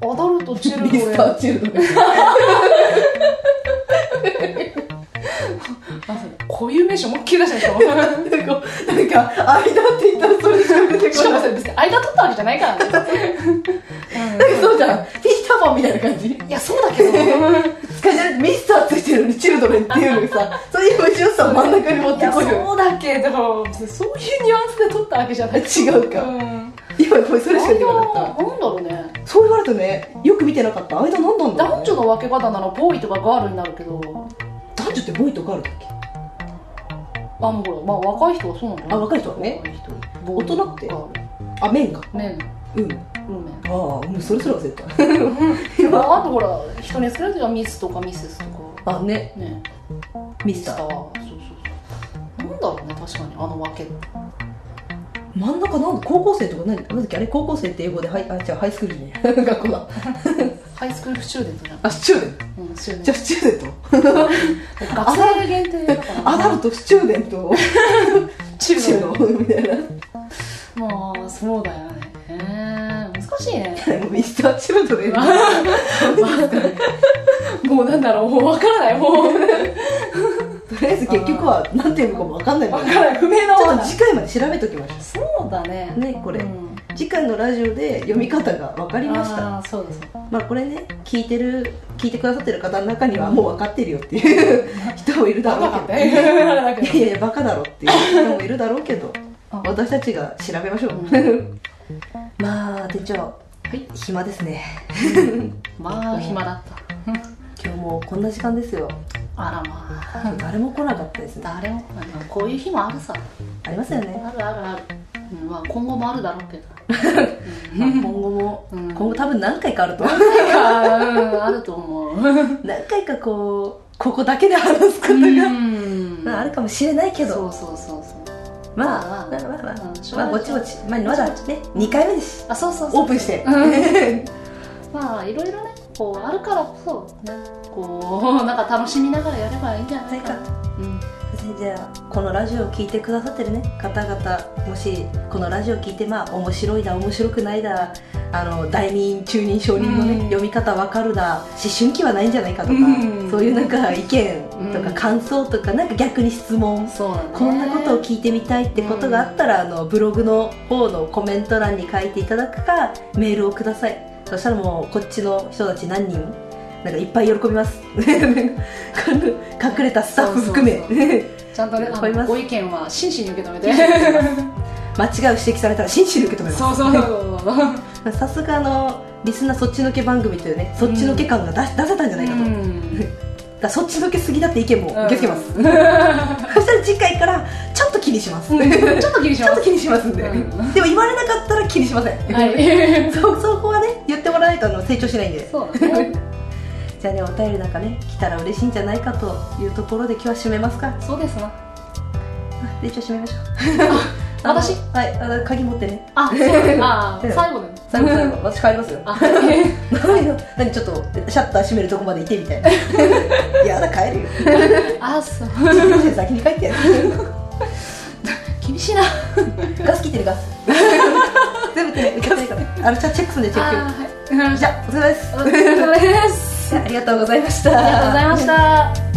[SPEAKER 1] アダルトチル
[SPEAKER 2] ミ
[SPEAKER 1] ド
[SPEAKER 2] ス
[SPEAKER 1] レン
[SPEAKER 2] ターチルドレン
[SPEAKER 1] こういう名詞思いっきり出したでしょ
[SPEAKER 2] なんか、なんか、間って言ったらそれしか出て
[SPEAKER 1] し
[SPEAKER 2] こ
[SPEAKER 1] かも
[SPEAKER 2] な
[SPEAKER 1] そ
[SPEAKER 2] い。
[SPEAKER 1] れ別に間取ったわけじゃないからね
[SPEAKER 2] なんかそうじゃん。ピーターパンみたいな感じ。
[SPEAKER 1] いやそうだけど
[SPEAKER 2] 使いじゃないミスターついてるのにチルドレンっていうのにさ、そういう矛盾さ真ん中に持っ
[SPEAKER 1] い
[SPEAKER 2] て
[SPEAKER 1] や
[SPEAKER 2] こいよ。
[SPEAKER 1] そうだけどそういうニュアンスで取ったわけじゃない
[SPEAKER 2] 違う
[SPEAKER 1] う
[SPEAKER 2] か。
[SPEAKER 1] ん
[SPEAKER 2] 今これそれしか出てこな
[SPEAKER 1] 間
[SPEAKER 2] かっ
[SPEAKER 1] なんだろうね
[SPEAKER 2] た。そう言われるとね、よく見てなかった。間何なんだろう
[SPEAKER 1] 男
[SPEAKER 2] ね
[SPEAKER 1] 女の分け方ならボーイとかガールになるけど
[SPEAKER 2] 男女ってボーイとガールだっけ
[SPEAKER 1] あもうほらまあ若い人はそうなんだ
[SPEAKER 2] あ、若い人はね。
[SPEAKER 1] い人ボーイ
[SPEAKER 2] 大人って
[SPEAKER 1] ガール
[SPEAKER 2] あ、メンか。
[SPEAKER 1] 麺
[SPEAKER 2] うん。あ
[SPEAKER 1] 運 命
[SPEAKER 2] あ、もうそれすら忘れた。
[SPEAKER 1] まああとほら人に好かれる時はミスとかミセスとか
[SPEAKER 2] あ、ね。
[SPEAKER 1] ね
[SPEAKER 2] ミ
[SPEAKER 1] ミ
[SPEAKER 2] ス
[SPEAKER 1] ス
[SPEAKER 2] タ
[SPEAKER 1] タ
[SPEAKER 2] ー。
[SPEAKER 1] ーそうそうそうなんだろうね確かにあの分け
[SPEAKER 2] 真ん中なんだ高校生とか何なんだっけあれ高校生って英語で、はい、あ、違う、ハイスクールじゃね 学校だ。
[SPEAKER 1] ハイスクールスチューデントじゃん
[SPEAKER 2] あ、スチューデント。
[SPEAKER 1] うんスチュー
[SPEAKER 2] じゃ
[SPEAKER 1] デン
[SPEAKER 2] あスチューデント
[SPEAKER 1] ト学生限定だから
[SPEAKER 2] アダルトスチューデントを
[SPEAKER 1] チ
[SPEAKER 2] 中
[SPEAKER 1] ルの
[SPEAKER 2] のみたいな
[SPEAKER 1] まあそうだよね難しい ね
[SPEAKER 2] ミスターチルドレン
[SPEAKER 1] もうなんだろうもう分からないもう
[SPEAKER 2] とりあえず結局は何ていうのかも分かんないから
[SPEAKER 1] 分
[SPEAKER 2] ち
[SPEAKER 1] からない不明なも
[SPEAKER 2] ょっ
[SPEAKER 1] ん
[SPEAKER 2] と
[SPEAKER 1] だ
[SPEAKER 2] 次回まで調べときましょ
[SPEAKER 1] そうだね
[SPEAKER 2] うねこ
[SPEAKER 1] こ
[SPEAKER 2] れ、
[SPEAKER 1] うん、
[SPEAKER 2] 次回のラジオで読み方が分かりました
[SPEAKER 1] あーそうだそうだ
[SPEAKER 2] まあこれね聞いてる聞いてくださってる方の中にはもう分かってるよっていう人もいるだろうけど
[SPEAKER 1] ねだけ
[SPEAKER 2] いやいやバカだろっていう人もいるだろうけど
[SPEAKER 1] ど
[SPEAKER 2] 私たちが調べましょう、
[SPEAKER 1] う
[SPEAKER 2] まあ店長
[SPEAKER 1] はい
[SPEAKER 2] 暇ですね
[SPEAKER 1] まあ暇だった
[SPEAKER 2] 今日もうこんな時間ですよ
[SPEAKER 1] あらまあ
[SPEAKER 2] 誰も来なかったですね
[SPEAKER 1] 誰も来ないなこういう日もあるさ
[SPEAKER 2] ありますよね、
[SPEAKER 1] あるあるある、うんまあ、今後もあるだろうけど
[SPEAKER 2] まあ今後も、
[SPEAKER 1] うん
[SPEAKER 2] 今後多分何回かあると思う
[SPEAKER 1] なんかうんあると思う
[SPEAKER 2] 何回かこうここだけで話すことが、
[SPEAKER 1] うん
[SPEAKER 2] まあ、あるかもしれないけ
[SPEAKER 1] そ
[SPEAKER 2] ど
[SPEAKER 1] うそうそうそう
[SPEAKER 2] まあまあまあまあ、
[SPEAKER 1] うん
[SPEAKER 2] まあ、ぼちぼちまあまだね2回目ですし
[SPEAKER 1] あそうそうそう
[SPEAKER 2] オープンして、
[SPEAKER 1] まあいろいろねこうあるからこそねこうなんか楽しみながらやればいいんじゃないか
[SPEAKER 2] なんか
[SPEAKER 1] うん
[SPEAKER 2] じゃあこのラジオを聞いてくださってるね方々もしこのラジオを聞いてまあ面白いだ面白くないだあの大人中人小人のね、
[SPEAKER 1] うん
[SPEAKER 2] 読み方わかるだ思春期はないんじゃないかとか、
[SPEAKER 1] うん
[SPEAKER 2] そういうなんか意見と
[SPEAKER 1] う
[SPEAKER 2] か
[SPEAKER 1] ん
[SPEAKER 2] 感想とかなんか逆に質問
[SPEAKER 1] そうだね
[SPEAKER 2] こんなことを聞いてみたいってことがあったら、あのブログの方のコメント欄に書いていただくかメールをくださいそしたらもうこっちの人たち何人なんかいっぱい喜びます 隠れたスタッフ含め
[SPEAKER 1] そうそちゃんとねあ
[SPEAKER 2] 思いま
[SPEAKER 1] の
[SPEAKER 2] す
[SPEAKER 1] ご意見は真摯に受け止めて
[SPEAKER 2] 間違いを指摘されたら真摯に受け止めます
[SPEAKER 1] そうそうそうそう
[SPEAKER 2] さすがあのリスナーそっちのけ番組というねそっちのけ感が出,、出せたんじゃないかと、だからそっちのけすぎだって意見も受け付けます、
[SPEAKER 1] うんち
[SPEAKER 2] そしたら次回からちょっと気にします、
[SPEAKER 1] ょっと気にし
[SPEAKER 2] ちょ
[SPEAKER 1] ま
[SPEAKER 2] っと
[SPEAKER 1] す
[SPEAKER 2] 気にしますんで、
[SPEAKER 1] うん
[SPEAKER 2] でも言われなかったら気にしません、
[SPEAKER 1] はい
[SPEAKER 2] そそこはね言ってもらわないとあの成長しないんで
[SPEAKER 1] そうだね
[SPEAKER 2] じゃあねお便りなんかね来たら嬉しいんじゃないかというところで今日は締めますか
[SPEAKER 1] そうですな
[SPEAKER 2] で一応締めましょう あの
[SPEAKER 1] 私
[SPEAKER 2] はいあの鍵持ってね
[SPEAKER 1] あそうだなあ最後だね
[SPEAKER 2] 最後最後 私帰りますよ
[SPEAKER 1] あはい
[SPEAKER 2] 何よ何ちょっとシャッター閉めるとこまでいてみたい なやだ帰るよ
[SPEAKER 1] あそう
[SPEAKER 2] 人生先に帰ってやる
[SPEAKER 1] 厳しいな
[SPEAKER 2] ガス切ってるガ ス全部手に受けてるからあのじゃあチェックすんでチェッ
[SPEAKER 1] あーはい
[SPEAKER 2] クじゃあお疲れ様です
[SPEAKER 1] お疲れ様です
[SPEAKER 3] ありがとうございました。
[SPEAKER 2] ありがとうございました。